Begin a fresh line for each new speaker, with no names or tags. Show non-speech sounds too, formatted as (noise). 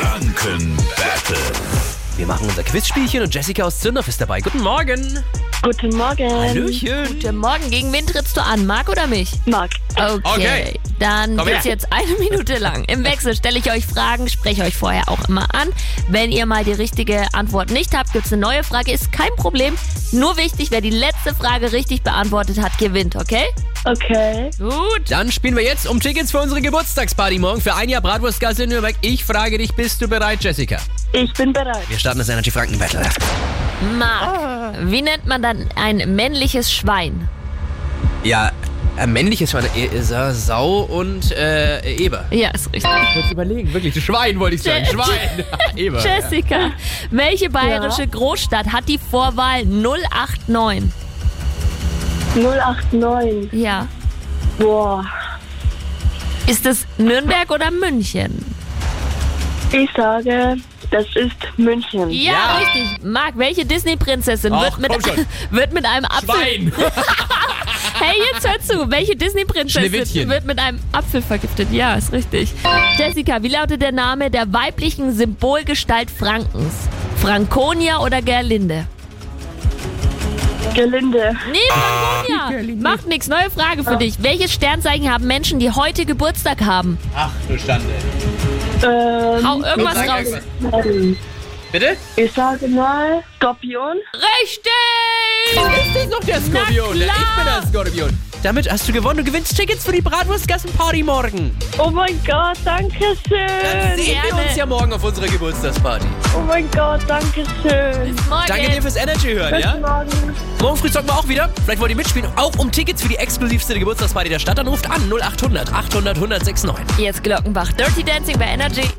Franken Battle.
Wir machen unser Quizspielchen und Jessica aus Zündorf ist dabei. Guten Morgen.
Guten Morgen.
Ähm,
Hallöchen.
Guten Morgen, gegen wen trittst du an? Marc oder mich?
Marc.
Oh.
Okay,
Okay.
dann
Komm
wird's
her.
jetzt eine Minute lang. Im Wechsel stelle ich euch Fragen, spreche euch vorher auch immer an. Wenn ihr mal die richtige Antwort nicht habt, gibt's eine neue Frage. Ist kein Problem. Nur wichtig, wer die letzte Frage richtig beantwortet hat, gewinnt, okay?
Okay.
Gut.
Dann spielen wir jetzt um Tickets für unsere Geburtstagsparty morgen für ein Jahr Bratwurstgasse in Nürnberg. Ich frage dich, bist du bereit, Jessica?
Ich bin bereit.
Wir starten das Energy Franken Battle.
Marc, wie nennt man dann ein männliches Schwein?
Ja, äh, männliches Schwein, äh, äh, Sa- Sau und äh, Eber.
Ja, ist richtig.
Ich muss überlegen, wirklich. Schwein wollte ich sagen.
Je-
(laughs) Schwein. Eber.
Jessica, welche bayerische Großstadt hat die Vorwahl 089?
089.
Ja.
Boah.
Ist es Nürnberg oder München?
Ich sage, das ist München.
Ja.
Ja, richtig. Marc, welche Disney-Prinzessin
Ach,
wird, mit,
komm schon.
(laughs) wird mit einem Apfel.
Schwein.
(laughs) Hey, jetzt hör zu. Welche
Schneewittchen.
Disney-Prinzessin wird mit einem Apfel vergiftet? Ja, ist richtig. Jessica, wie lautet der Name der weiblichen Symbolgestalt Frankens? Franconia oder Gerlinde?
Gelinde.
Nee,
Ah.
Franconia. Macht nichts. Neue Frage für dich. Welches Sternzeichen haben Menschen, die heute Geburtstag haben?
Ach, du Stande.
Ähm,
Hau irgendwas
Sag
raus.
irgendwas. Bitte?
ich sage mal Skorpion.
Richtig!
Ist das noch der Skorpion?
Na
Ich
klar.
bin der Skorpion. Damit hast du gewonnen. Du gewinnst Tickets für die Bratwurstgassenparty morgen.
Oh mein Gott, danke
Dann
schön.
sehen wir
gerne.
uns ja morgen auf unserer Geburtstagsparty.
Oh mein Gott, danke schön.
Morgen.
Danke dir fürs Energy hören,
Bis
ja?
morgen.
Morgen früh zocken wir auch wieder. Vielleicht wollt ihr mitspielen. Auch um Tickets für die exklusivste Geburtstagsparty der Stadt. Dann ruft an 0800 800 1069.
Jetzt Glockenbach. Dirty Dancing bei Energy.